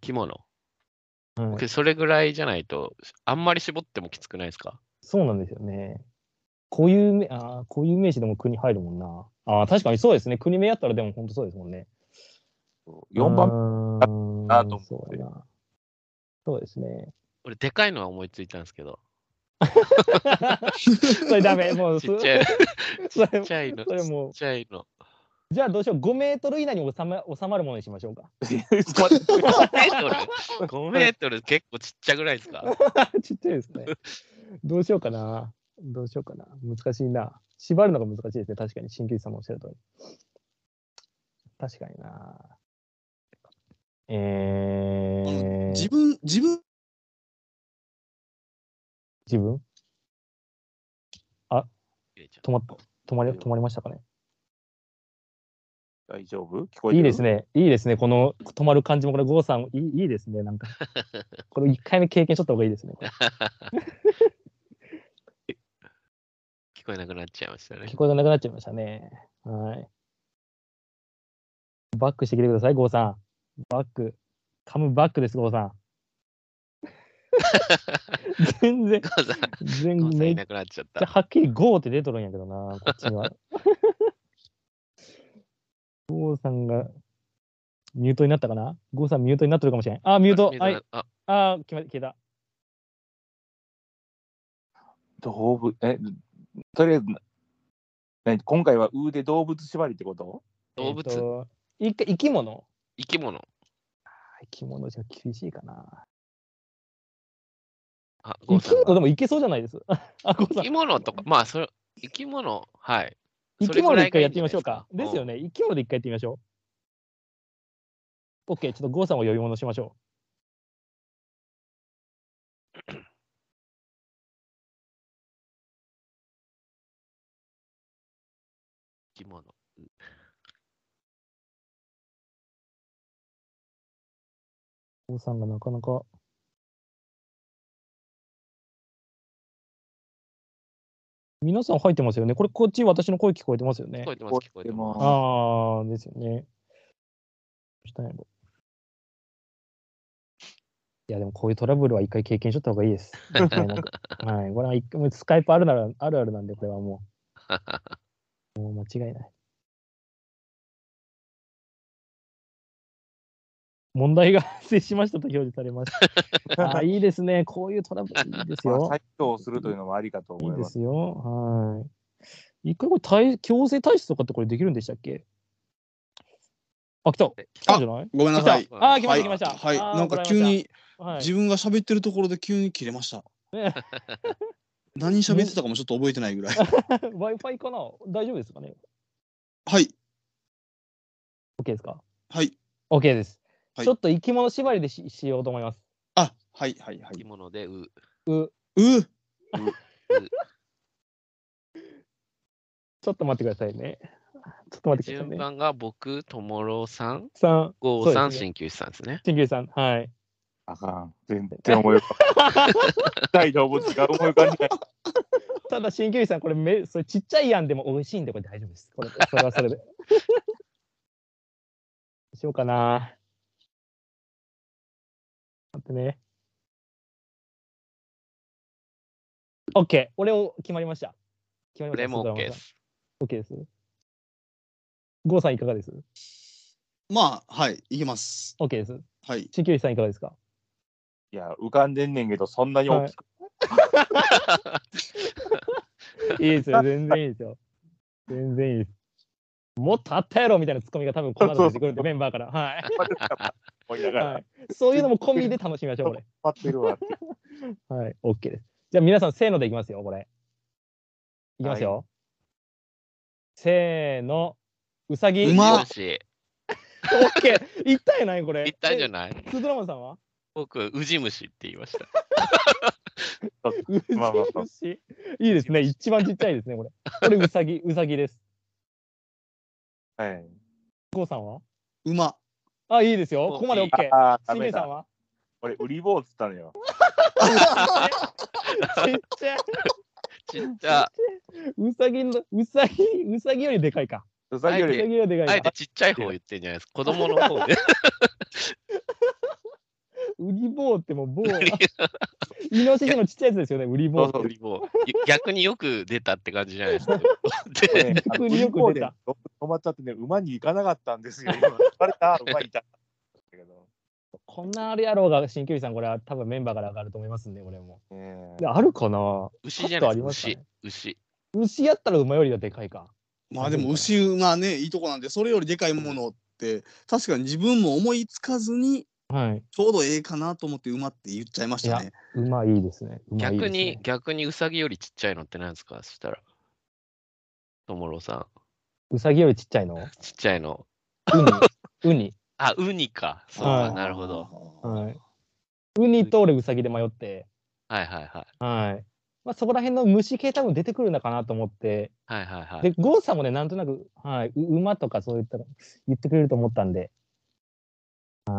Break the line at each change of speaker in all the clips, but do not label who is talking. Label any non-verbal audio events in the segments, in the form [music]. き物。
はい
僕それぐらいじゃないと、あんまり絞ってもきつくないですか
そうなんですよね。こういうめ、ああ、こういう名詞でも国入るもんな。ああ、確かにそうですね。国名やったらでも本当そうですもんね。
4番
番
だと思って
そうやな。そうですね。
俺、でかいのは思いついたんですけど、
それダメ。もう、
ちっちゃい、
そ
ち
れ
っちゃいの、
そ
ち
れ
っ
もう、
ちゃいの。 [laughs]
じゃあどうしよう。5メートル以内に収ま収まるものにしましょうか。
5メートル ?5 メートル結構ちっちゃぐらいですか
[laughs] ちっちゃいですね。どうしようかな。どうしようかな。難しいな。縛るのが難しいですね。確かに、鍼灸師さんもおっしゃる通り。確かにな。えー、
自分、自分、
自分止まった。止まり、
大丈夫
止まりましたかね。
大丈夫聞こえてる
いいですね。いいですね。この止まる感じも、これ、郷さん、いいいいですね。
[laughs]
なんか、これ1回目経験しとった方がいいですね。これ
聞こえなくなっちゃいましたね
聞。こえなくなっちゃいましたね。はい。バックしてきてください、郷さん。バック。カムバックです、郷さん。全然、
お父さん
全
お父
然、
さん
め
い
っ
な
ち
くなっちゃっ
ゃ
た。
はっきりゴーって出とるんやけどな、こっちは。 [laughs] 郷さんがミュートになったかな郷さんミュートになってるかもしれん。あ、ミュート。はい。
あ、
あー、決ま消えた。
動物、え、とりあえず、何今回はウーで動物縛りってこと
動物
えーといか生き物
生き物。
生き物じゃ厳しいかな。
あ、ゴー
生き
さんが
物でもいけそうじゃないです。あ、ゴー
生
さん
き物とか、まあ、それ、生き物、はい。
生
そ
き
れ
物
ぐ
で
ら
一
いが
回
いい
や
ん
っ
じ
て
ゃな
みま
い
しょうか。
で
ですす
か
よね。生き物で一回やってみましょう。OK、ちょっとゴーさんを呼び戻しましょ
生き物。
う。ゴーさんがなかなか。皆さん入ってますよね。これ、こっち私の声聞こえてますよね
聞こ。えてます、聞こえてます。
す。
ああ、ですよね。どうしたんやろ。いや、でもこういうトラブルは一回経験しとった方がいいです。間違いなくはい。これは一回もうスカイプあるなら、あるあるなんで、これはもう。もう間違いない。問題が発生しましたと表示されます。ああ、いいですね。こういうトラブルいいです
まあ
よ。
再起動するというのもありかと
い
思
い
い
で
ます。
すよ。はい。一回これ体、強制退出とかってこれできるんでしたっけあ、来た。来たんじゃない
ごめんなさい。
来たあー、来ま
は
し
い、
た、来ました。
はい、
あー
なんか急、に
わかりまし
自分が喋ってるところで急に切れ
[laughs]
ました。
ね
何喋ってたかもちょっと覚えてないぐらい。
たはい、Wi-Fi [laughs] かな大丈夫ですかね
はい、
?OK ですか
はい、
?OK です、
はい
ちょっと生き物縛りでししようと思います。
あ、はい、はい、は
生き
い。
物で、う、
う、
ちょっと待ってくださいね。ちょっと待ってくださ
順
いね。
番が僕、ともろさん、
三、
ゴーさ、
そうんですね
鍼灸師さんですね。
新旧さん、はい。
あかん。全然思い浮かばない。大動物が思い浮かんでない。
ただ新旧さん、これめ、それちっちゃいやんでも美味しいんで、これ大丈夫です。これ、それはそれ [laughs] で。どうしようかな。待ってね。OK。俺を決まりました。決まり
こ
ました。
れも OK で
外山さん
す。
OK です。ゴーさんいかがです
まあ、はい、いけます。
?OK です。
はい。
新旧さんいかがですか
いや、浮かんでんねんけど、そんなに大きく。
いいですよ。全然いい [laughs] ですよ。全然いいです。もっとあったやろみたいなツッコミが多分この後出てくるんで、メンバーから。はい。
思いながら、
はい、そういうのも込みで楽しみましょう、これ。
待ってるわ。
[laughs] はい、OK です。じゃあ皆さん、せーのでいきますよ、これ。いきますよ。せーの、うさぎ。
うまっ
よし、
OK! いったんやないこれ。
いったんじゃ
な
ない
いスズラマンさんは
僕、ウジ虫って言いました。
うじ
まあまあまあ
虫いいですね。一番ちっちゃいですね、これ。これ、うさぎ、うさぎです。
はい。
ゴーさんは
馬、
あ、いいですよ。ここまで OK。
ああ、ダ
しんげ
メ
いさん
だ。
は
俺、ウリ坊っつったのよ。
ちっちゃい。
ちっ
[laughs]
ちゃ。
うさぎの、うさぎ、うさぎよりでかいか。
うさぎよ
うさ
り、
ぎよりでかい
あえ
か
て。ちっちゃい方言ってんじゃないですか。子供の方で。
棒ってもう棒、 [laughs] イノシシのちっちゃいやつですよね、売り棒
そう
っ
そ
ウ
て。
リボ逆によく出たって感じじゃないです
[laughs]
か。で
ね、
逆によく出た
あの。止まっちゃってね、馬に行かなかったんで
[laughs]
すよ。今バレた、馬いた。だけど
こんなあるやろうが、鍼灸師さん、これは多分メンバーから上がると思いますんで、俺も。
ね
であるかな
牛じゃないです
カッ
か
トあり。
牛、
牛やったら馬よりはでかいか。
まあでも牛馬ねいいとこなんでそれよりでかいものって確かに自分も思いつかずに
はい。
ちょうどええかなと思って馬って言っちゃいましたね。
馬いいですね。馬いいで
逆
すね
に、逆にウサギよりちっちゃいのって何ですかそしたら。ともろさ
うさぎよりちっちゃいのウ
ん、ちっちゃいの。
ニ。ウニ。
あ、ウニか。そう
は
か、
い
なるほど。
は
はい。ウニと俺、うさぎで迷って。
はいはいはい。
はい。まあ、そこら辺の虫系多分出てくるのかなと思って。
はいはいはい。
で、ゴーさんもね、なんとなく、はい、う馬とかそういったの言ってくれると思ったんで。
え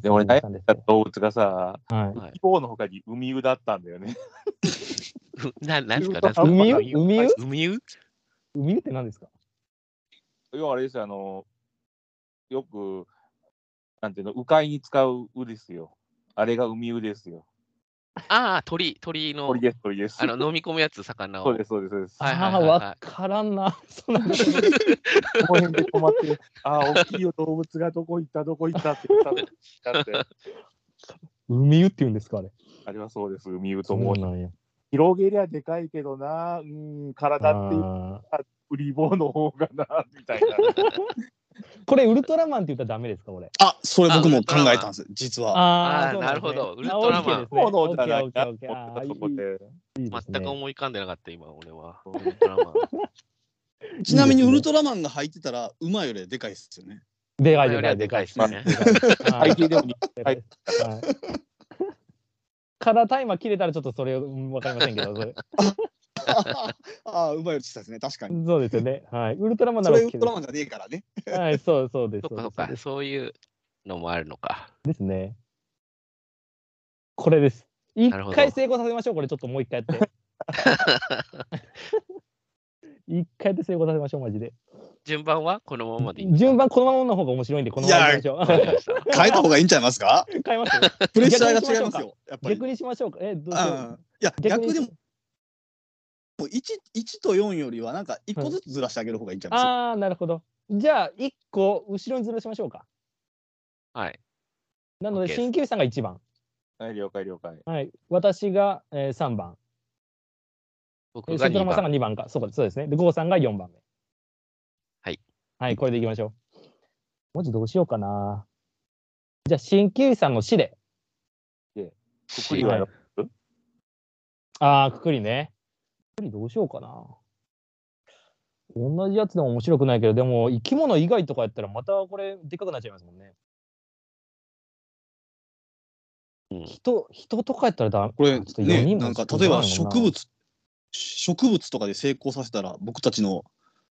で、俺、
そう
悩
なんです
んだ
よ
動物がさ、
はい。
はい
希望のほかに海ウだったんだよね。 [laughs]
うな、なんすか、
う
なんすか。
海湯
ウ
海湯
海湯
海って何ですか
要はあれですよ、あの、よく、なんていうの、鵜飼いに使うウですよ。あれが海ウですよ。
ああ、鳥、鳥の
鳥、です、鳥です。
あの、飲み込むやつ、魚を。
そうです、そうです、そうです。
はいはい
あ
は
あ、
いはい
わからんな。 [laughs] そんな
この辺で止まって、 [laughs] ああ、大きいよ、動物がどこ行った、どこ行ったって言ったんだって、
海湯って言うんですかあれ。
あれはそうです、海ウと思う。
なんや。
広げりゃでかいけどな、うん、体っていう
あー
売り棒の方がな、みたいな。
これ、ウルトラマンって言ったらダメですか俺。
あそれ僕も考えたんです実は。
あ
あー
そう
なるほどウ
んですね
ルトラマン
あ OK ですね
ものじゃないな、
オッケーオッケーオッケーあーい
そこで。
いいいいですね
全く思い浮かんでなかった、今、俺は。ウルトラマン
ちなみに
いいですね
ウルトラマンが入ってたら馬よりはでかいですよね。
でかい
よ
で
り
か
はいで
で
か
か
い
い
で。すね。
は
最
い
低でもに、
はい。からタイマー切れたらちょっとそれうんわかりませんけど、それ
あ [laughs] あ馬より小さいですね確かに。
そうですよね。はい。ウルトラマンな
そ
ら
れ
OK
ウル
で
トラマンじゃねえからね。
す。はい、そうそうです。
そっかそっ
う
か、
です
そういうのもあるのか。
ですね。これです。一
なるほど
回成功させましょう。これちょっともう一回
[laughs]
やって。一回で成功させましょう、マジで。
順番はこのままでいい
順番このままの方が面白いんで、このまま行きまし
わか
ょ
りました
変えた方がいいんちゃいますか
う。 [laughs] 変えます
[laughs] プレッシャーが違いますよやっぱり。
逆にしましょうか。え、どうしよ
あ
う
いや
逆に
逆でももう 1, 1と4よりはなんか1個ずつずらしてあげる方がいいんちゃいます、
ああ、なるほど。じゃあ、一個後ろにずらしましょうか。
はい。
なの
OK で
で、
す
鍼灸師さんが1番。
はい、了解、了解。
はい。私が、えー、3番。
僕
えー
が
瀬戸
2
山さん
番。
が2番か。そうかそうですね。で、郷さんが4番目。
はい。
はい、これでいきましょう。文字どうしようかな。じゃあ、鍼灸師さんの死で。
くく
く
り
り
は
は、
ああ、くくりね。くくりどうしようかな。同じやつでも面白くないけど、でも生き物以外とかやったらまたこれでっかくなっちゃいますもんね。
うん
人、人とかやったらだ、
[laughs]
こ
あ
れ
ちょっと四
ね
人も
なんか
少
例えば
ないもんな
植物植物とかで成功させたら僕たちの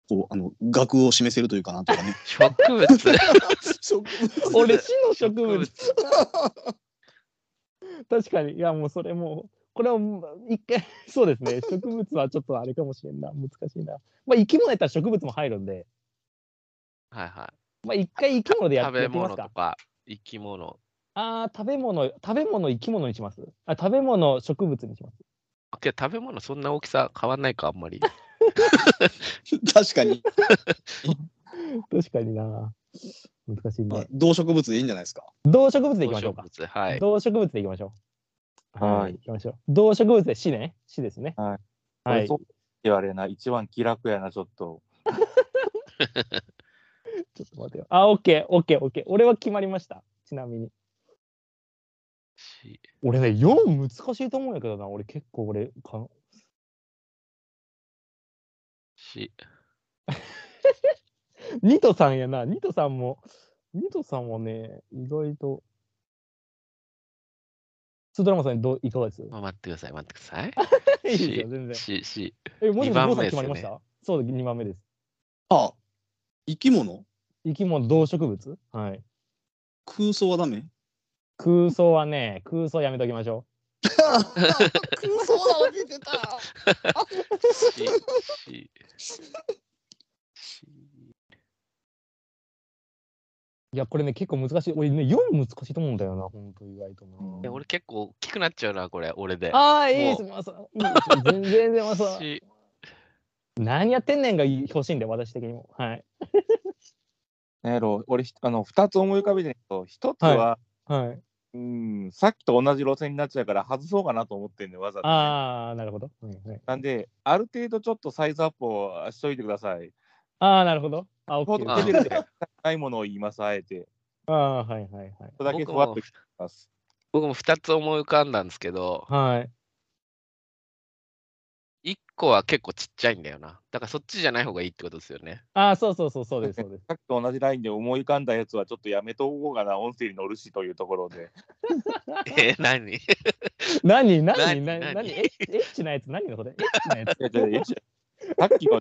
こうあの額を示せるというかなんとか [laughs] ね
植物。
植
[laughs]
物
俺、死の植
植物。
物確かに、いや、もうそれもう、これは一回、 [laughs] そうですね、植物はちょっとあれかもしれんな、難しいな。まあ、生き物やったら植物も入るんで、
はいは
まあ、一回生き物で
い。
やっ
食
て
べ
やってみま
物
す
と
か。
か生き物。
ああ、食べ物、食べ物、生き物にします。あ、食べ物、植物にします。
あけど食べ物そんな大きさ変わんないか、あんまり。
確かに、
確かにな。難しい
まあ
ね。
動植物でいいんじゃないですか
動植物でいきましょうか
動。植物はい。
動植物でいきましょう。
はい
行きましょう。動植物で死ね。死ですね。。
はい
はい。
そう言われな、一番気楽やな、ちょっと。
ちょっと待てよ。あ、オッケー、オッケー、オッケー。俺は決まりました。ちなみに。
し
俺ね、4難しいと思うんやけどな。俺結構俺か、
し
2と3やな。2と3も、2と3もね、意外と。スードラマさんどういかがですい
まあ待ってください、待ってください。
いですよ、全然。
しし
え、も
二
しも
番
郷さん
目ですよ
決ま
ね
りましたそう、2番目です。
あ生き物
生き物、動植物はい。
空想はダメ
空想はね、空想やめときましょ
空想だわけてた
ししし
いや、これね、結構難しい。俺ね、読む難しいと思うんだよな、本当意外とな。
いや俺結構大きくなっちゃうな、これ、俺で。
ああ、いい
も
で
う
す、マサ。いいです全然、全然、マサ。
し
何やってんねんが欲しいんで、私的にも。はい。
なんやろ、俺、ひあの、二つ思い浮かべてんけど、一つは、
はい。
うん、さっきと同じ路線になっちゃうから外そうかなと思ってんねんわざとね、
ああ、なるほど。はいはい、
なんで、ある程度ちょっとサイズアップをしといてください。
ああ、なるほど。あ、
ほ
OK
ど
あ
レ
で
ベ
す。
ルでないものを言います、あえて。
ああ、はいはいはい。
それだけふわっときます。
僕も2つ思い浮かんだんですけど、
はい。
1個は結構ちっちゃいんだよな。だからそっちじゃない方がいいってことですよ
[laughs]
ね。
ああ、そうそうそう、そうです、そうです。
さっきと同じラインで思い浮かんだやつはちょっとやめとこうかな、音声に乗るしというところで。
えー、何
[laughs] 何何何
何
何
何
エッチエッチなやつ何のこれエッチなや [laughs] つ
いやいやいやさっきの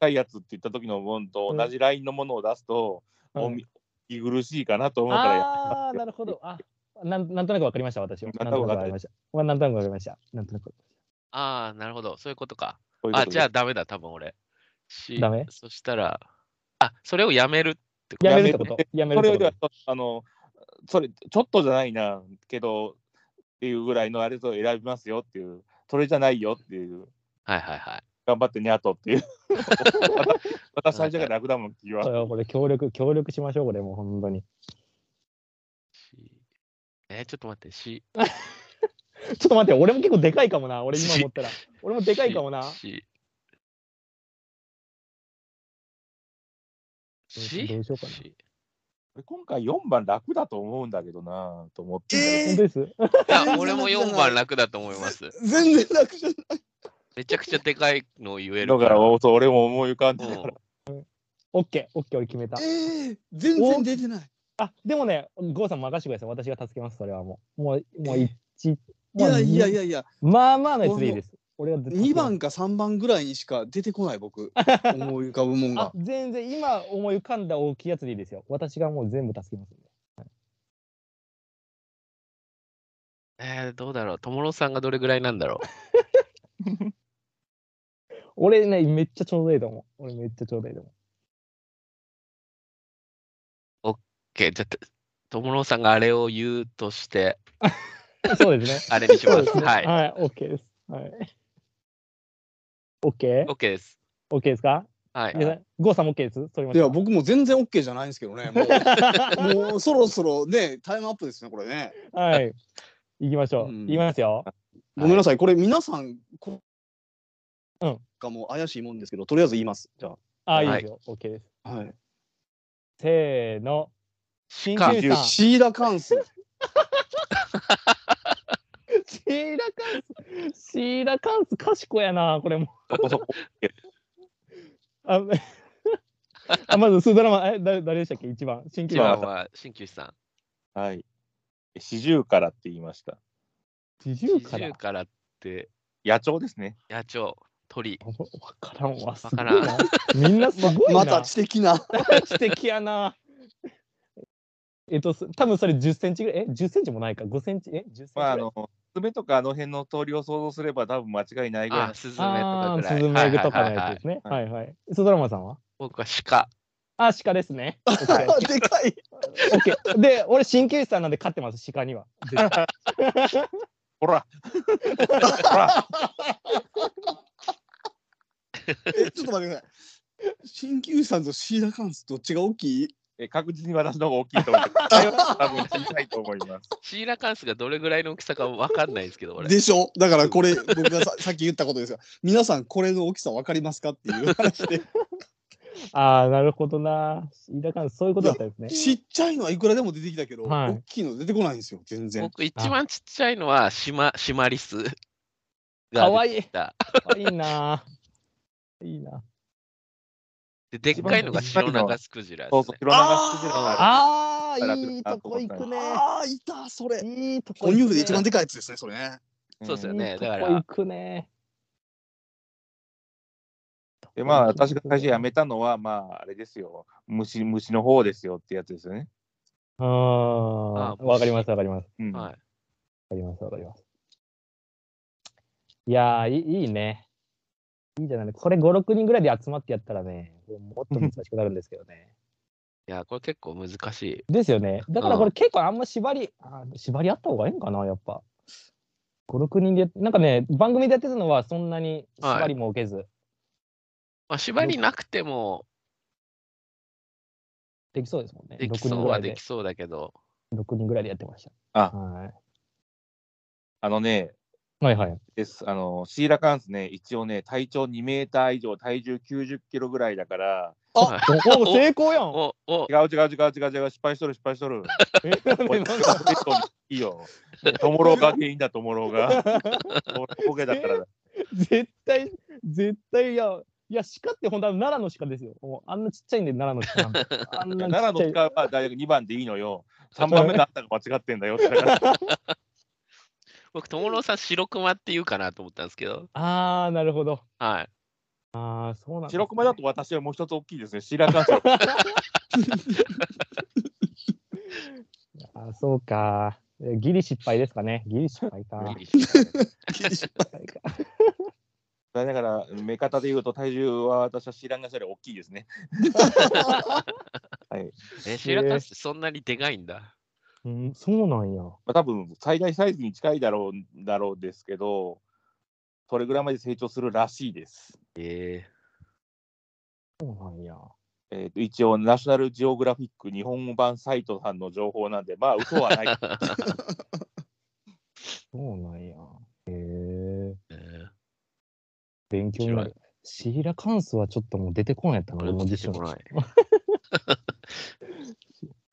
高いやつって言った時のものと同じラインのものを出すと、おみ息苦しいかなと思うからや
ああー、なるほど。あなんなんとなくわかりました、私は。[laughs]
な
なんんと
となく
なくわ
わか
か
り
り
ま
ました。わなんとなくわかりました。なんとなく。
[laughs] ああ、なるほど。そういうことか。
こういうこと
あ
で
じゃあダメだ、多分俺。し
ダメ
そしたら、あそれをやめるってこと
やめるってことやめる
そ
っ
れ
て
よ
こと
りはちょっとあのそれちょっとじゃないなけどっていうぐらいのあれと選びますよっていうそれじゃないよっていう
はいはいはい。
頑張ってねあとっていう [laughs] 私最初が楽だもん気
そ
は
れはこれ協力、協力しましょう、これもう本当に。
しえーちょっと待って。し
ちょっと待って、俺も結構でかいかもな、俺今思ったら。俺もでかいかも [laughs] な。
しし
どうどうしようかな
し
今回4番楽だと思うんだけどなと思って、
え
本当です。
いや俺も4番楽だと思います。
[laughs] 全然楽じゃない。
めちゃくちゃでかいのを言え
だ
る
か
からら。
そう俺も思い浮かんで、
うん
オッケー、オッケー、俺決めた。
ええ全然出てない。
あ、でもね、ゴーさん任してください。私が助けます、それはもう。もう、もう一、
いやいやい
や。
やいや、
まあまあのやつでいいです。俺が
2番か3番ぐらいにしか出てこない、僕。思い浮かぶもん
あ
が。
全然今思い浮かんだ大きいやつでいいですよ。私がもう全部助けますんで。
えーどうだろう。ともろさんがどれぐらいなんだろ
俺ね、めっちゃちょうどいいと思う。俺めっちゃちょうどいいと思
う。OK。じゃあ、ともろさんがあれを言うとして、
う。 [laughs] そうですね。
あれにし
そ
ま。
うですすね。
はい。
はい、OK です。はい。OK?OK、
OK です。
ですか
はい。
皆さんゴーさんも OK です取りま
い
し
や、
た
僕も全然 OK じゃないんですけどね。 [laughs] もうもうそろそろね、タイムアップですね、これね。
[laughs] はい。行きましょう。
うん
行きますよ。
ごめんなさい、これ皆さん、こ
うん
かもう怪しいもんですけど、とりあえず言います。じゃ
あ、
はいい
いですよ。OK です。
あ。はい。
せーの。新
か
州さん。シ
シーラカンス。
ーラカンス。シーラカンス、賢やな、これも。
そこそこ
あ、 [laughs] あまず、スードラマ、え、誰誰でしたっけ一番。新
一
旧さ
番
ん。
は鍼灸師さん。
はい四十からって言いました
四十
四
から。
十
わ
からって、
野鳥ですね
野鳥、鳥。
からんわ。す
わ
ご
か
い
らん
な。みんなすごいな。
また知的な。
素敵やな。えっと、す多分それ10センチぐらい、え、10センチもないか、5センチ、え、10センチぐ
まあ
ら
あ
い。
の爪とかあの辺の鳥を想像すれば多分間違いないぐらい
あ
の、
スズメとか
あ
ぐ
ー
らい。
スズメグとか
は
の
いはいはいはい
やつですね。
は
はいはい。そドラマさんは
僕は鹿。
あ、鹿ですね。オッケー
[laughs] でかい。
オッケー。で、俺、神経質さんなんで勝ってます、鹿には。絶対
ほらほ [laughs] ら
え、ちょっと待ってください。鍼灸師さんとシーラカンス、どっちが大きい
え確実に私の方が大きいと思います。あれは多分小さいと思います。
シーラカンスがどれぐらいの大きさかわかんないですけど、俺。
でしょだからこれ、僕がささっき言ったことですが、皆さんこれの大きさ分かりますかっていう話で、
ああ、なるほどな。飯田んそういうことだったんですね。
ちっちゃいのはいくらでも出てきたけど、
はい
大きいの出てこないんですよ、全然。
僕、一番ちっちゃいのはシマ、シマリス。
かわ
い
いい。
た。
かわいいな。いいな。
で、でっかいのが
一番
白長スクジラ
そ
で
う
す
そう
ね、。
白長スクジラがあ
ああ、いいとこ行くね。
ああ、いた、それ。
いいとこ
哺
行くね。
乳類で一番でかいやつですね、それね。
る。
そうですよ
ん
ね
いいとこ
だから
行くね。
で、まあ、私が最初やめたのは、まあ、あれですよ。虫、虫の方ですよってやつですよね。
ああ、
あー
わかります、わかります。
うん。
はい。
わかります、わかります。いやーいい、いいね。いいじゃない。これ5、6人ぐらいで集まってやったらね、もっと難しくなるんですけどね。
いや、これ結構難しい。
ですよね。だからこれ結構あんま縛り、あー縛りあった方がいいんかな、やっぱ。5、6人でやっ、なんかね、番組でやってたのはそんなに縛りも受けず。
まあ、縛りなくても
できそうですもんね。
でき
6
そ
人
う
ぐら
はいで
で
き。そうだけど、
6人ぐらいでやってました。
あ
は
あのね、
いはいはい。
ですあのシーラカンスね、一応ね、体長2メーター以上、体重90キロぐらいだから、
あ
おお成功やん
[laughs] おお
違う違う違う違う違う、失敗しとる、失敗しとる。
え
これ
なんか
結構いいよ。トモローが原因だ、トモローが。ボケだから。
[laughs] 絶対、絶対、いや、いや、鹿って本当は奈良の鹿ですよ。もうあんなちっちゃいんで奈良の鹿なんで。あんなちっちゃい
奈良の鹿は大学2番でいいのよ。3番目のあんたが間違ってんだよってだから。
僕、友郎さん、白熊って言うかなと思ったんですけど、
あー、なるほど。
はい。
あー、そうなん
白熊だ
と。
と私はもう一つ大きいですね。シーラカンス [laughs] は
あーそうか。えギリ失敗ですかね。ギリ失敗
[laughs]
か。
ギリシャ
失敗か
だから、目方で言うと体重は私はシーラカンスより大きいですね。はい。
え、シーラカンスってそんなにでかいんだ。
うん、そうなんや。
まあ、多分最大サイズに近いだろう、だろうですけど、それぐらいまで成長するらしいです。
え
そうなんや。
えーと一応、ナショナルジオグラフィック日本版サイトさんの情報なんで、まあ、嘘は
[laughs]
ない。
そうなんや。
ーえー
勉強になる。シーラカンスはちょっともう出てこないやったな、
俺も
俺の
出
辞
て
書
こ
に
ない。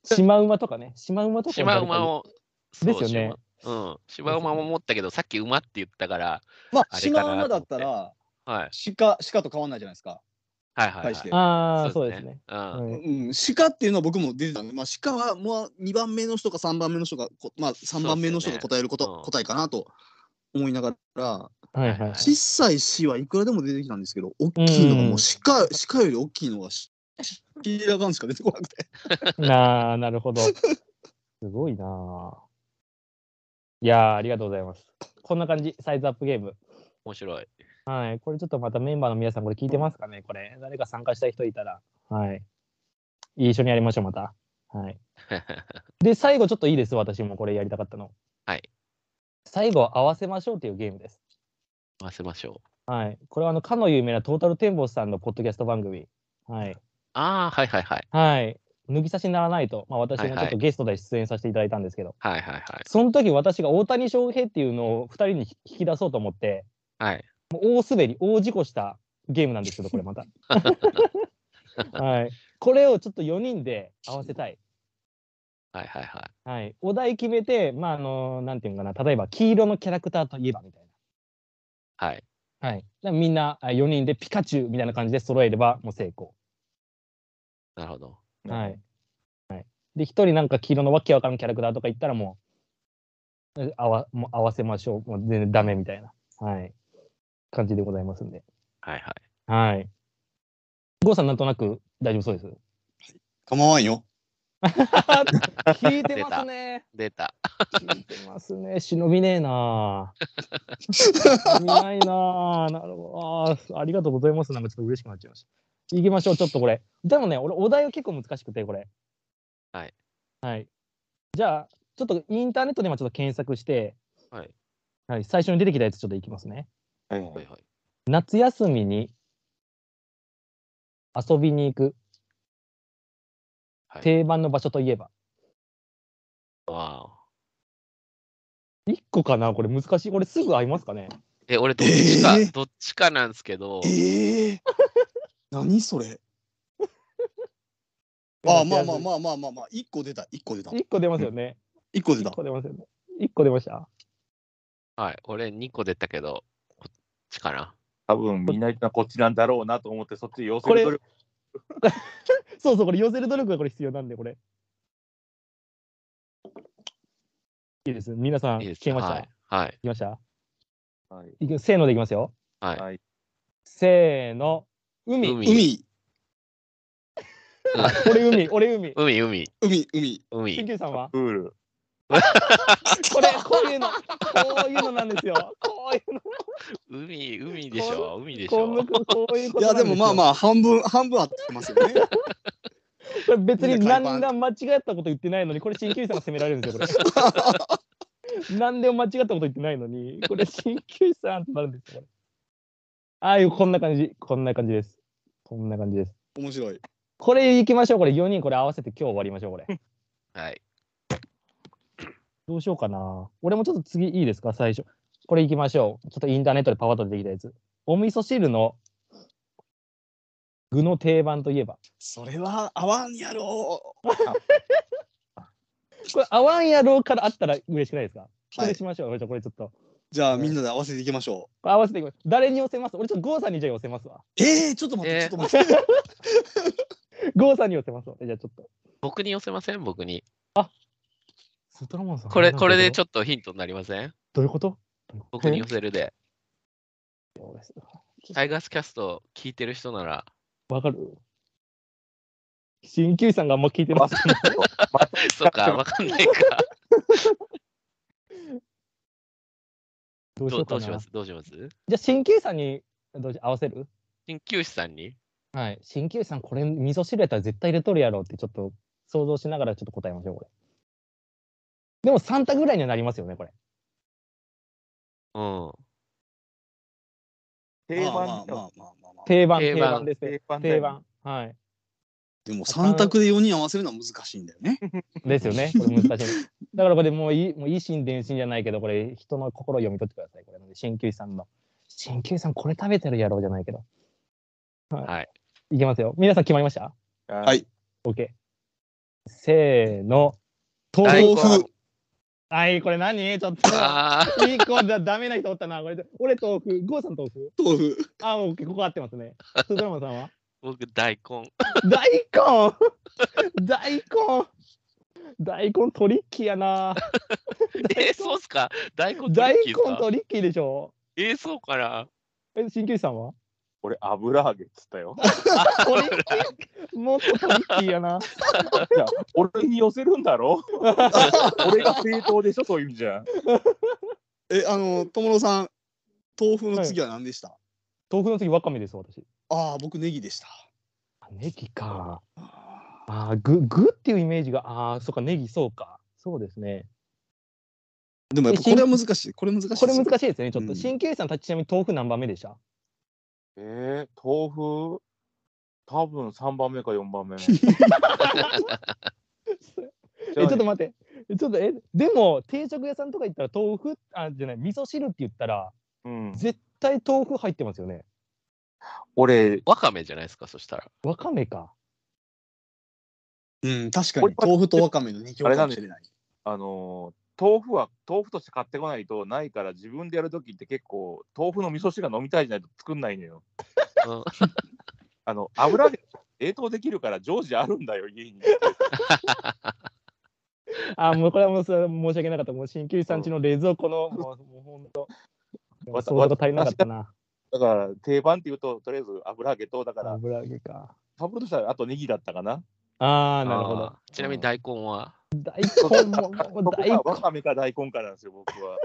シマウマとかね。シマウマとか
シマウマを。そう
ですよね。
シマうん。シマウマも持ったけど、さっき馬って言ったから、
まあ、
あ
シ
れかな
マウマだったら、
はい。
鹿、鹿と変わんないじゃないですか。
はいはい、はい。
対して。
ああ、そうですね。
うん。
はい
うん、鹿っていうのは僕も出てたんで、まあ、鹿はもう2番目の人か3番目の人が、こまあ、3番目の人が答えること、
そうっすよねうん
答えかなと思いながら、
はいはいはい。
小さい死はいくらでも出てきたんですけど、大きいのがもう鹿、鹿より大きいのがシシーラガンしか出てこなく
[laughs]
て。
なあ、なるほど。すごいなあ。いやあ、ありがとうございます。こんな感じ、サイズアップゲーム。
面白い。 [laughs]
はい、これちょっとまたメンバーの皆さん、これ聞いてますかねこれ、誰か参加したい人いたら。はい。一緒にやりましょう、また。はい。で、最後ちょっといいです、私もこれやりたかったの。
はい。
最後、合わせましょうっていうゲームです。
合わせましょう。
はい。これは、あの、かの有名なトータルテンボスさんのポッドキャスト番組。はい。
ああ、はいはいはい。
はい。脱ぎ差しにならないと、まあ、私もち
は
ょ
い
っ
は
とゲストで出演させていただいたんですけど、
はいはいはい。
その時私が大谷翔平っていうのを2人に引き出そうと思って、
はい。
もう大滑り、大事故したゲームな
[laughs]
んですけど、これまた。 [laughs] はい、これをちょっと4人で合わせたい。
はいはいはい。
はい、お題決めて、まあ、あの、なんていうのかな、例えば黄色のキャラクターといえばみたい
はい。
な。はい、だからみんな4人でピカチュウみたいな感じで揃えればもう成功。
なるほど。
はい。はい、で、1人なんか黄色のわけわからんキャラクターとか言ったらもう、え合わもう合わせましょう。もう全然ダメみたいな。はい。感じでございますんで。
はいはい。
はい。郷さん、なんとなく大丈夫そうです。
構わんよ。
聞いてますね。
出た。
聞いてますね。忍びねえなあ。忍びないなあ。なるほど。あーありがとうございます。なんかちょっと嬉しくなっちゃいました。行きましょう。ちょっとこれ。でもね、俺、お題は結構難しくて、これ。
はい。
はい。じゃあ、ちょっとインターネットで今ちょっと検索して、
はい。
はい、最初に出てきたやつちょっといきますね。
はいは
はい
い
はい。
夏休みに遊びに行く
はい
定番の場所といえば。
わあ。
1個かなこれ難しい。これすぐ合いますかね
え、俺どっちか、
えー
どっちかなんですけど、
え [laughs] え何それああまあまあ
あ。
まあまあまあまあ、1個出た、1個出た。
1個出ますよね。
1個出
1
た。
個出ますよね。1個出ました
はい。俺2個出たけど、こっちかな。
多分みんなこっちなんだろうなと思って、そっち要す
これ
るに、
そうそう、これ寄せる努力がこれ必要なんで、これ。いいです。皆さん、
いいです
聞けました、
はい。はい。
聞きました
はい
いくせーのでいきますよ。
はい
はい
せーの。海。
海
海、
あ俺海、俺海。
海、海、
海、海。
新
海。
旧さんは
プール。
これ、こういうの、こういうのなんですよ。こういうの、
海、海でしょ。海でし
こ
ょ。
うこういうこと
いや、
なん
です
よ
もまあまあ、半分、半分合ってますよね。
これ別に
みんな海パ
何
ン
が間違ったこと言ってないのに、これ鍼灸師さんが責められるんですよ、こ
[laughs]
れ。何でも間違ったこと言ってないのに、これ鍼灸師さんってなるんですよ、これ。ああいう、こんな感じ、こんな感じです。こんな感じです。
面白い。
これ行きましょう、これ4人これ合わせて今日終わりましょう、これ。
はい。
どうしようかな。俺もちょっと次いいですか、最初。これ行きましょう。ちょっとインターネットでパワーと出てきたやつ。お味噌汁の具の定番といえば。
それは合わんやろ。
これ、合わんやろうからあったら嬉しくないですかこ
は
れ
い
し。ましょう。これちょこれちょっと。
じゃあみんなで合わせていきましょ
これ合わせていきます。誰に寄せます俺ちょっとゴーさんにじゃあ寄せますわ。
う。えー、ちょっと待って、
えー
ちょっと待って。
ゴーさんに寄せますわ。じゃあちょっと。
僕に寄せません僕に。
ストラモンさん。
これ、これでち
ょっ
ょ
と。
っとヒントになりません
どういうこと
僕に寄せるで。
え
タイガースキャスト聞いてる人な
[laughs]
ら、
わかる鍼灸師さんがあんま聞いてます。
そうか、わかんないか。
どうし
ど
よう
うど
か
うし
な。じゃ
ますどうします
あ鍼灸師さんにどうし合わせる
鍼灸師さんに
はい。鍼灸師さん、これ、味噌汁やったら絶対入れとるやろって、ちょっと想像しながらちょっと答えましょう、これ。でも3択ぐらいにはなりますよね、これ。 [laughs]
うん。
定番
[laughs] まあまあまあまあまあまあ。
定番、定
定
番
番
ですね。
定番だよ
定番。はい。
でも三択で四人合わせるのは難しいんだよね。
ですよね。これ難しい。だからこれもういい、もういい心伝心じゃないけど、これ人の心を読み取ってください。これなんで、鍼灸師さんの。鍼灸師さん、これ食べてるやろうじゃないけど。はい。
はい、
きますよ。皆さん決まりました
はい
?OK。せーの。豆
大
豆
根
腐。
腐。
はい、これ何ちょっと。
ああ、
いい子だ、ダメな人おったな。これで俺豆腐、ゴーさん豆腐。
豆腐。 [laughs]
あ、オッケー、ここ合ってますね。スドラマさんは
僕、大根。
大根大根大根トリッキーやな。
えー、そうっすか大根
大
大
根
根と。
トリッキーでしょ
えー、そうかな
え、鍼灸師さんは
俺、油揚げっつったよ。
トリッキーもっとトリッキーやな。
いや俺に寄せるんだろ俺が正当でしょ、そういう意味じゃん。
え、あの、友野さん、豆腐の次は何でした、
豆腐の次、わかめです、私。
ああ、僕ネギでした。
あネギか。あー、ぐ、ぐっていうイメージが、ああ、そっか、ネギ、そうか。そうですね。
でもやっぱ
え
これは難しい。これ難しいです
こ
よ。
れ難しいですね、ちょっ
う
と。
ん
鍼灸師さんたち、ちなみに豆腐何番目でした
えー、豆腐多分3番目か4番目。 [laughs]
え、ちょっと待って。ちょっと、え、でも、定食屋さんとか行ったら、豆腐、あ、じゃない、味噌汁って言ったら、
うん、
絶対豆腐入ってますよね。
俺、
わかめじゃないですか、そしたら。
わかめか。
うん、確か
こ
に
れ。
豆腐とわかめの二強かもしれない。
あのー豆腐は豆腐として買ってこないとないから自分でやるときって結構豆腐の味噌汁が飲みたいじゃないと作んないのよ。
うん、
[laughs] あの油で冷凍できるから常時あるんだよ [laughs] 家に。
あ、もうこれはもうそれは申し訳なかった。もう鍼灸師さんちの冷蔵庫の、もうもうほんと。
わた
想像が足りなかったな。
だから定番っていうととりあえず油揚げとだから
油揚げか。
サブとしたらあとネギだったかな。
ああ、なるほ
あ
ど。
ー。ちなみに大根は、
大根も、も
そうこ
大
が
根
わかめか大根かなんですよ僕は。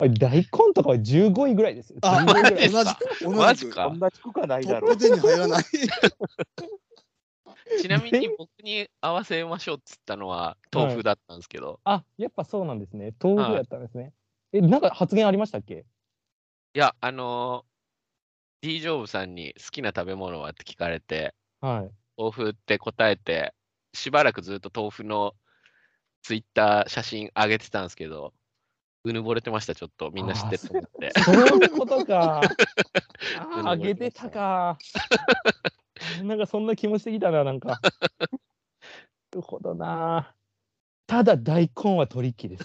おい、大根とかは15位ぐらいですよ。15位
あ、
ぐらい。
同じく。同
マ
じ
ジ
く。
か
こんな低くはない
ト
だ
ッ
ろう
プ。10に入らない。
ちなみに僕に合わせましょうっつったのは豆腐だったんですけど、
あ、やっぱそうなんですね。豆腐やったんですね。え、なんか発言ありましたっけ
い、や、あのー、D ・ジョブさんに好きな食べ物はって聞かれて、
はい。
豆腐って答えて、しばらくずっと豆腐のツイッター写真上げてたんですけど、うぬぼれてました、ちょっと。みんな知ってると思って。
そういうことか。あー
あ
上げてたか。 [laughs] なんかそんな気もしてきたな、なんか。なるほどな。ただ大根はトリッキーです。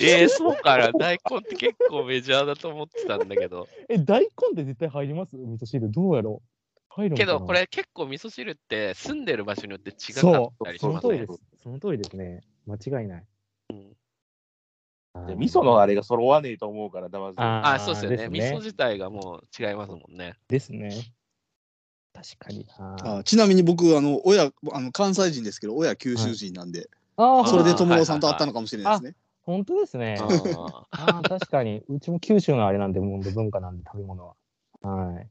えー、そうかな。大根って結構メジャーだと思ってたんだけど。
え、大根って絶対入ります味噌汁。どうやろう入るのか
け
な
ど、こ、れ結構味噌汁って住んでる場所によって違か
そ
ったり
う、
し
その
ます
通り
ね
で。す。その通りですね。間違いない。はい
味噌のあれが揃わねえと思うからだまず。
あ
あ、そうですよね味噌自体がもう違いますもんね。
ですね。確かに
[laughs] あ
な。
ちなみに僕、あの、親、あの、関西人ですけど、親九州人なんで、
ああ、
い
それで
と
友野さんと会ったのかもしれないですね。
本当ですね。
あ
ああ、確かに。うちも九州のあれなんで、もう文化なんで、食べ物は。はい。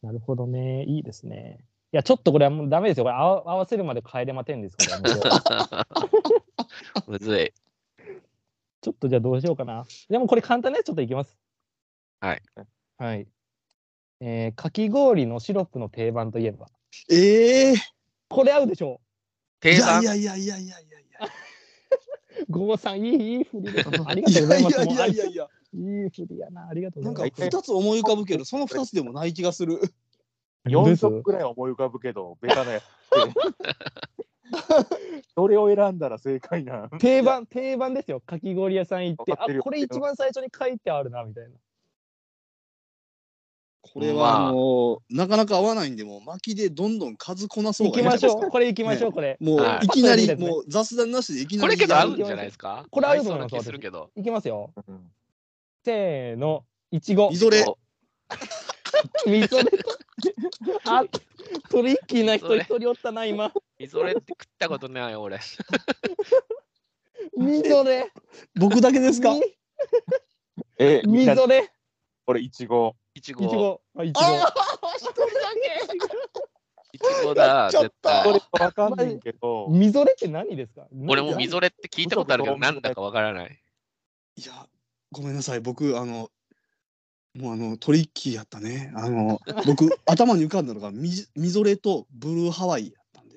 なるほどね。いいですね。や、ちょっとこれはもうダメですよ。これ合わ合わせるまで帰れまてんですから、もう
むずい。
ちょっとじゃあどうしようかな。でもこれ簡単なやつちょっといきます。
はい。
はい。えー、かき氷のシロップの定番といえば。
ええ
これ合うでしょ
ー、い
定
や
番
いやいやいやいやいやいや。
う。ゴーさん、いい、いい振りです。ありがとうございます。
いやいやいやいや。
もうあいい振りやな。ありがとうご
なん
ざ
か
います。
二つ思い浮かぶけど、その二つでもない気がする。
4
です
色くらい思い浮かぶけど、ベタなやつって。どれを選んだら正解なん
定番、定番ですよ。かき氷屋さん行って、
わか
あ
ってるよ、
これ一番最初に書いてあるな、みたいな。
[laughs] これ
ま
は
あ
あのなかなか合わないんで、もう巻きでどんどん数こなそう
行きましょう。これ行きましょう、
ね
これ。
もう
はい
いきなり、
パッと入れたやつね
もう雑談なしでいきな
こ
り。
れけど合
う
うんじゃないですか
これ合うと思います
合そうな気するけど。
行きますよ。
うん
せーの、いちご
い。ぞれ。
お
みそれと。あ、トリッキーな人一人おったな、今。
みぞれって食ったことないよ、俺。
みぞれ。
僕だけですか。
え、
み
み
み
んな、
ぞれ。い
これ、いちご。
いち
ち
ご。
ご。あ、いちご。
ああ、一人だ
[laughs]
いちごだ、
やっちゃっ
絶
た
こ
対
れ。わかんないけど、
みぞれって何ですか
俺もみぞれって聞いたことあるけど、
嘘だ
な
と思うん
だかわからない。
け。いや、ごめんなさい、僕、あの。もうあのトリッキーやったね。あの僕頭に浮かんだのがみみぞれとブルーハワイやったんで。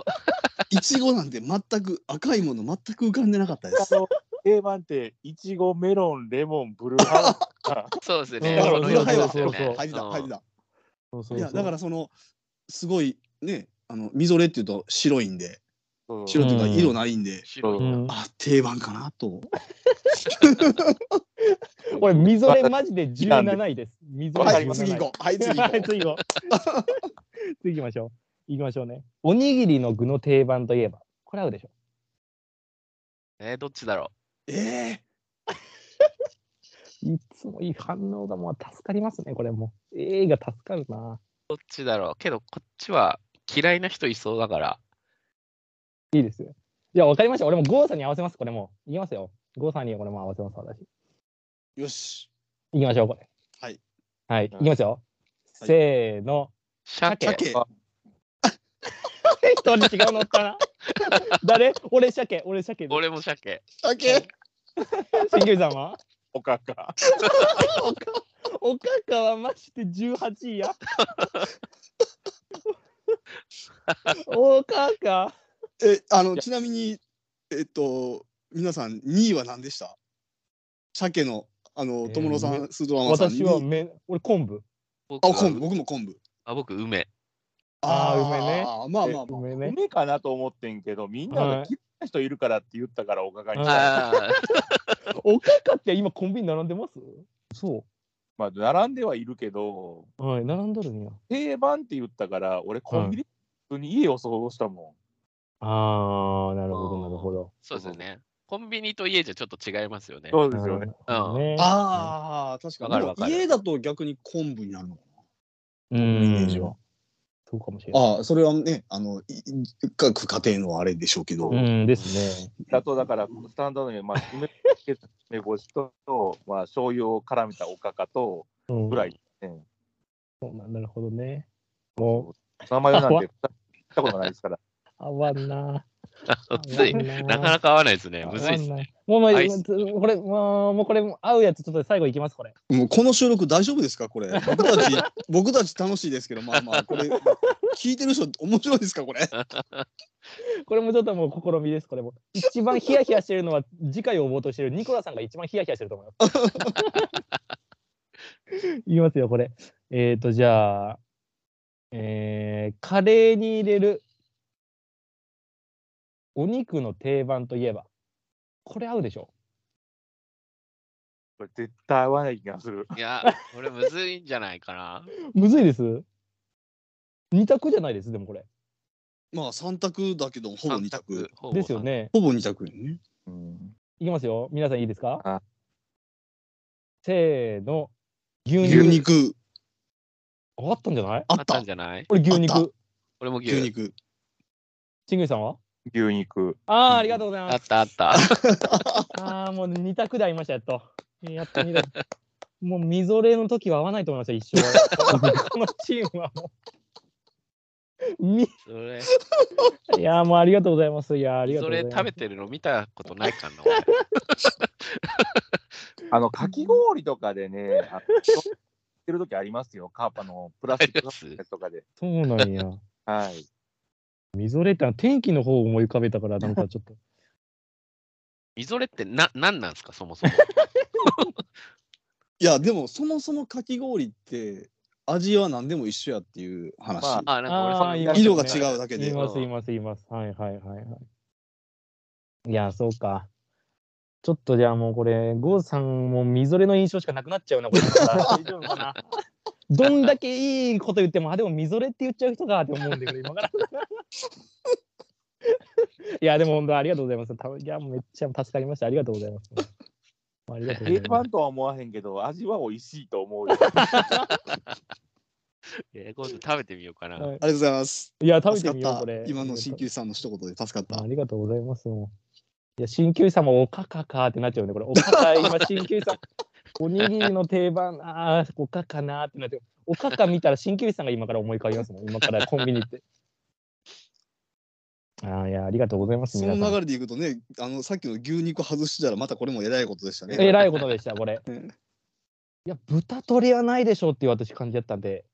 [laughs] いちごなんて全く赤いもの全く浮かんでなかったです。
あの定番って、いちご、メロン、レモン、ブルーハワ
そうです
う
ね。
ん
この四つです
そう
よ
そうそう
ね
そ
入りだ入りだ。
そうそうそう
いやだからそのすごいねあのみぞれっていうと白いんで
イ。
白っていうか
うん
色ないんで、
白い。
うん
あ定番かなと
俺、みぞれマジで17位です。みぞれ
わか
は
り
い
ま
17
す
位
次行こうはい次行
は
こ
い、
う
次行こ
[laughs]
う。次行きましょう。行きましょうね。おにぎりの具の定番といえば。これ合うでしょ。
えー、どっちだろ
え
いつもいい反応がもう助かりますね、これもう。A が助かるな。
うどっちだろうけど、こっちは嫌いな人いそうだから。
いいですよ。じゃあ分かりました。俺もゴーさんに合わせます、これもう。いきますよ。ゴーさんにこれも合わせます、私。
ー、よし
いきましょう、これ。
はい。
はい、いきますよ。
はい
せーの。 [laughs]
鮭。
鮭
一人違うのおったな。誰俺、鮭。俺、鮭です。
俺も鮭。
鮭
関口さんは
おかか。
おかおかかはまして18位や。おかか。
えあのちなみにえっと皆さん2位は何でした鮭のあ
え
の
ー
友野さん、スードラマさん
私は
に
め、俺、昆布。
僕
あ
は
昆布僕も昆布
あ、僕、梅。
あー
あーまあまあまあ
梅ね。
梅かなと思ってんけど、みんな
は
が
い
嫌いな人いるからって言ったから、おかかに。
はい
あー
おかかって今コンビニ並んでますそ
まあ、並んではいるけど、
う。はい、並んどるんや。
定番って言ったから、俺、コンビニ、普通に家を想像したもん。
ああ、なるほ
う
ど、
ん
なるほど。
[laughs] そうですよね。コンビニと家じゃちょっと違いますよね。
そうですよね。
なるほどね。
あー確かに
わかるわかる
でも家だと逆に昆布になるのか
う
なイメー
ん。
ジは
そうかもしれない。
ああそれはねあのいい各家庭のあれでしょうけど、
うんですね。
だと、だから、スタンダードに、まあ、梅梅干しと、まあ、醤油を絡めたおかかと、
うん
ぐらい、ね。
そうなんなるほどね。も
名前
[laughs]
なん
あわ
て、聞いたことないですから。
う、合わんな。
[laughs] むずい。なかなか合わないですね。むずいですね。
もう、まあ、
アイス
これ、もう、もうこれ、合うやつ、ちょっと最後いきます、これ。
もうこの収録大丈夫ですかこれ僕たち僕たち楽しいですけどまあまあこれ聞いてる人面白いですかこれ
これもちょっともう試みです、これも。一番ヒヤヒヤしてるのは、次回を応募としてるニコラさんが一番ヒヤヒヤしてると思います。
[laughs]
言いますよ、これ。えっ、ー、と、じゃあ、えー、カレーに入れるお肉の定番といえば、これ合うでしょ
これ、絶対合わない気がする。
いや、これむずいんじゃないかな。
むずいです二択じゃないです、でもこれ。
まあ3択だけどほぼ2択。
ほぼ
ですよ。ね。
ほぼ2択よね
うん
いきますよ。皆さんいいですか
あ
せーの。牛
牛
肉。
肉
あったんじゃない
あ
あっ
った
た
んじゃない
俺牛
あっ
肉。
俺も牛
牛肉
ちんぐいさんは
牛肉。
あ
う
あ、
ん
ありがとうござい
あ
ま
っ
す。
たあ [laughs] った。
ああ、もう二択で合いました、やっと。やっと二択。も
[laughs]
うみぞれの時は合わないと思いました、一生。このチームはもみ
それ、
いや、もうありがとうございます。いや、ありがと
そう
ござ
れ
います。
食べてるの見たことないかな。俺
あの、かき氷とかでね、
[laughs]
あの売ってる時ありますよ。カーパのプラスチックのやつとかで。
そうなんや。
はい。
みぞれってのは天気の方を思い浮かべたから、なんかちょっと。
みぞれってな、なんなんですか、そもそも。
いやでもそもそもかき氷って味は何でも一緒やっていう話、
[laughs]
ま
あ、なんか俺そんな
あー
見
今
たこと
色が
ない
違うだけで
います、
うん
います、います。はいはいはいはい。いや、そうか。ちょっとじゃあもうこれ、郷さんもみぞれの印象しかなくなっちゃうな、これ。大丈夫かな。どんだけいいこと言っても、あ、でもみぞれって言っちゃう人かって思うんだけど、今から。いや、でも本当ありがとうございます。たいや、めっちゃ助かりました。ありがとうございます。ありがとうござ
定
いま
番とは思わへんけど、味は美味しいと思
[laughs]
うよ。
えー今度食べてみようかな。
す。はい
ありがとうございます
いや、食べ
助
て
か
みよう、
っ
こ
た
れ。
今の鍼灸師さんの一言で助かった
ありがとうございます。もういや、鍼灸師さんもおかかかってなっちゃうね。これ、おかか、今、鍼灸師さん、おにぎりの定番、ああ、おかかなーってなって、おかか見たら鍼灸師さんが今から思い浮かびますもん。今からコンビニ行って。ああ、いや、ありがとうございます。
その
皆さん
流れでいくとねあのさっきの牛肉外してたらまたこれもえらいことでしたね
えらいことでした、これ。
うん
いや、豚鶏はないでしょうっていう私感じだったんで。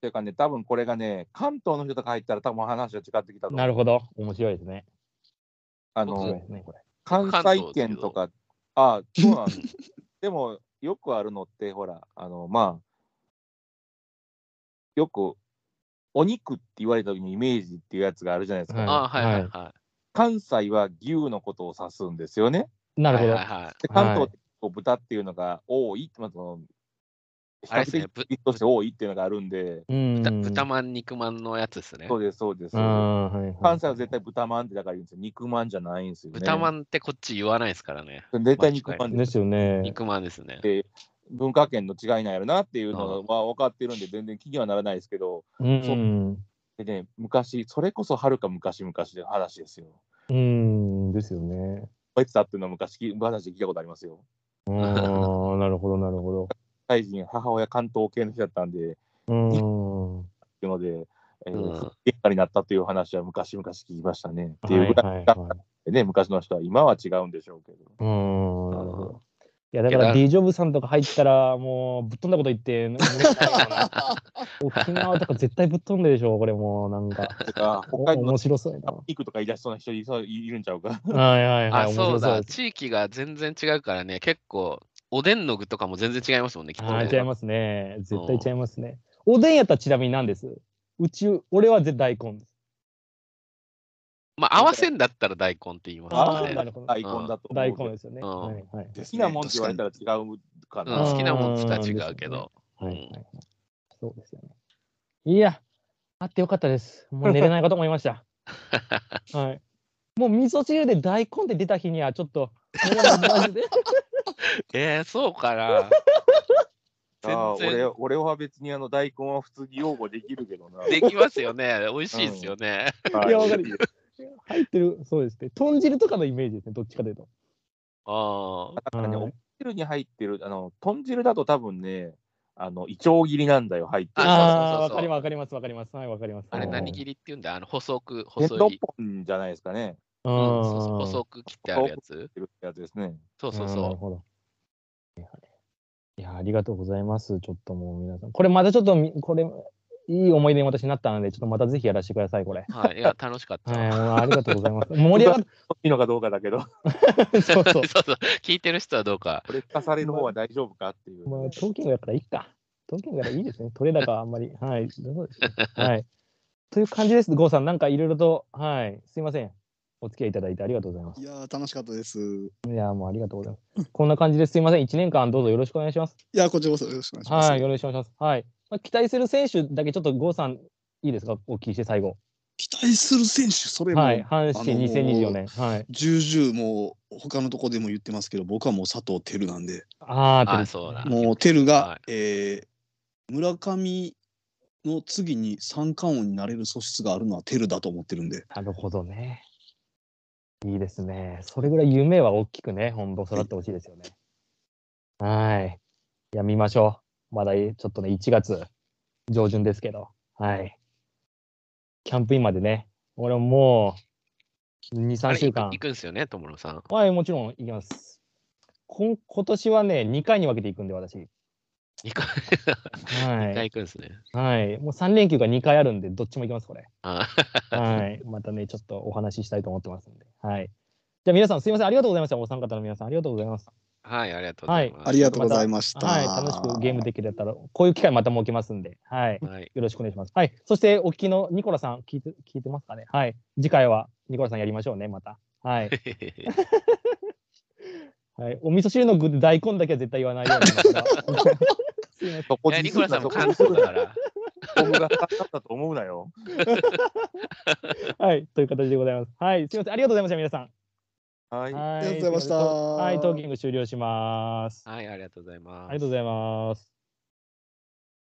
ていうかね、多分これがね、関東の人とか入ったら多分話が違ってきたと思う
なるほど。面白いですね。
あ
面白い
の
ですね、これ。
関西圏とか、ああ、そうなんです。 [laughs] でも、よくあるのって、ほら、あの、まあ、よく、お肉って言われた時にイメージっていうやつがあるじゃないですか。
はい
あーはいはいは。
関西は牛のことを指すんですよね。
ないるほど。
はいはいはい
で関東って結構豚っていうのが多い、まあ、その比
あれ
較
ですね
的
ぶ
ヒットして多いっていうのがあるんで、
うん。
豚豚まん、肉まんのやつですね
そ。うです、そうです。
ああ、はいはい。
関西は絶対豚まんってだから言うんですよ。肉まんじゃないんですよね。
豚まんってこっち言わないですからね。
絶対肉まん
ですよね。
肉まんですね。
文化圏の違いなんやろなっていうのは分かってるんで、全然気にはならないですけど、
うん。
でね、昔、それこそはるか昔々の話ですよ。
うん、ですよね。
こいつだっていうのは昔き話で聞いたことありますよ。
ああ、なるほど、なるほ
タイ人、母親関東系の人だったんで、ってい
ど。うん。
うので、えー
うん
喧嘩になったという話は昔々聞きましたね。っていう
はい
ぐらい
はい
だった
は
ん
い。
でね、昔の人は今は違うんでしょうけど。
うん、なるほど。いや、だか
いや
ら、
だ
D ジョブさんとか入ったら、もう、ぶっ飛んだこと言って、ね沖縄とか絶対ぶっ飛んでるでしょ、これもう、なんか。
てか北海
[laughs] お
道の
面白そうやな。
肉とか言い出しそうな人いそういるんちゃうか。
はいはいはい。
あ、
面
そ
白
う
そう
だ。
です。
地域が全然違うからね、結構、おでんの具とかも全然違いますもんね、きっと
あ
ね、
ー、違いますね。絶対違いますね。おでんやったらちなみに何ですうち、俺は絶対大根です。
まあ、合わせんだったら大根って言います
あ
よ
ー
ね。
なるほど
大根だと思うけ
大
ど。
根ですよね。
う
は
ん
いはい。
で
好
す
き
ね
なもんって言われたら違うか
うん、
な。
好きなもんとは違うけど。
はいはい
うん
はい。そうですよね。いや、あってよかったです。もう寝れないかと思い
[laughs]
ました。はい。もう味噌汁で大根って出た日にはちょ
[laughs]
っと、もうマジで
えー、そうかな。 [laughs]
ああ
全
俺
然
俺は別にあの大根は普通に擁護できるけどな。
[laughs]
できますよね。美味しいですよね。
はい
やわかる入ってる、そうですね。豚汁とかのイメージですね、どっちかというと。
ああ。
だからね、
はい
お汁に入ってる、あの、豚汁だと多分ね、あの、イチョウ切りなんだよ、入ってる。
ああー、
そうそうそうそう
わかります、わかります、わかります。はい、わかります。
あれ
はい
何切りって言うんだあの細く、
ヘ
細
ッド
い、
じゃないですかね。
う
うんんそうそう
う
細く切ってあるやつ
切るやつですね。
そうそうん
なる
そ
ほど。いや、ありがとうございます。ちょっともう皆さん。これまたちょっとみ、これ、いい思い出に私なったので、ちょっとまたぜひやらせてください、これ。
う。はい、いや、楽しかっ
は
た。[laughs]
い、もうありがとうございます。盛り上がっ
いいのかどうかだ
[laughs]
けど、
た。そうそ
そうう。そう、聞いてる人はどうか。
これ聞かされる方は大丈夫かっていう。
まあ、トーキングやからいいか。トーキングやからいいですね。取れ高はあんまり。はい。そうですね。はい。という感じです。郷さん、なんかいろいろと、はい。すいません。お付き合いいただいてありがとうございます。
いやー楽しかったですい
いや、もうありがとうございます。こんな感じです。すいません。1年間どうぞよろしくお願いします。
やこちらこそよろしくお願いします、
はい。よろしくお願いします。はい。まあ、期待する選手だけちょっと郷さん、いいですかお聞きして最後。
期待する選手それも、
はい。阪神
あのー
2024年。はい。
重々もう他のとこでも言ってますけど僕はもう佐藤輝なんで
あ
あ
あ、
あ、そうだ。
もう輝が、
はい
えー村上の次に三冠王になれる素質があるのは輝だと思ってるんで
なるほどね。いいですね。それぐらい夢は大きくね、本当育ってほしいですよね。はい。いや、見ましょう。まだちょっとね、1月上旬ですけど。はい。キャンプインまでね。俺ももう、2、
あ
3
れ
週間
行。くんですよね、友野さん。
はい、もちろん行きます。こん今年はね、2回に分けて行くんで、私。
2回、二 [laughs]
は
回
い。
行くんですね。
はい。もう3連休が2回あるんで、どっちも行きます、これ。
あ
はい。またね、ちょっとお話ししたいと思ってますんで。はい。じゃあ皆さん、すいません。ありがとうございました。お三方の皆さん、ありがとうございます。
はい、ありがとうございます。
ありがとうございました。
はい。楽しくゲームできれたら、こういう機会また設けますんで。はい。
はい、
よろしくお願いします。はい。そして、お聞きのニコラさん、聞いて、聞いてますかねはい。次回は、ニコラさんやりましょうね、また。はい。はい。お味噌汁の具で大根だけは絶対言わないようにしますが。すいません
そこ
い [laughs] や、
に
ニ
す
コ
る
ラさ
なん
も
そこ
韓
にする
国だ
な
か。ら。
僕が勝ったと思うなよ。
はい。という形でございます。はい。すいません。ありがとうございました、皆さん。
はい。
は
ありがとうございました
はい。トーキング終了します。あ
はい、ありがとうございます。
りがとうございます。